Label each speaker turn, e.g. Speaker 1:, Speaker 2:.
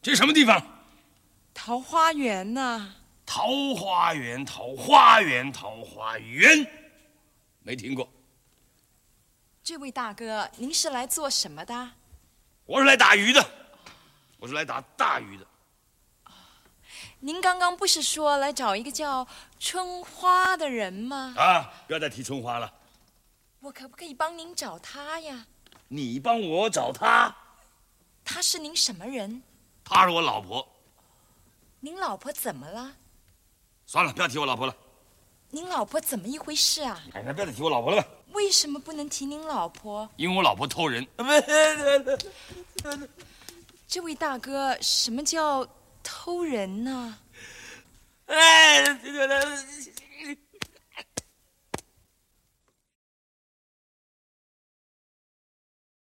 Speaker 1: 这什么地方？
Speaker 2: 桃花源呐、
Speaker 1: 桃花源，桃花源，桃花源，没听过。
Speaker 2: 这位大哥，您是来做什么的？
Speaker 1: 我是来打鱼的，我是来打大鱼的。
Speaker 2: 您刚刚不是说来找一个叫春花的人吗？
Speaker 1: 啊，不要再提春花了。
Speaker 2: 我可不可以帮您找他呀？
Speaker 1: 你帮我找她，
Speaker 2: 他是您什么人？
Speaker 1: 她是我老婆。
Speaker 2: 您老婆怎么了？
Speaker 1: 算了，不要提我老婆了。
Speaker 2: 您老婆怎么一回事啊？
Speaker 1: 哎，那不要再提我老婆了吧，
Speaker 2: 为什么不能提您老婆？
Speaker 1: 因为我老婆偷人。
Speaker 2: 这位大哥，什么叫偷人呢、
Speaker 3: 哎，这个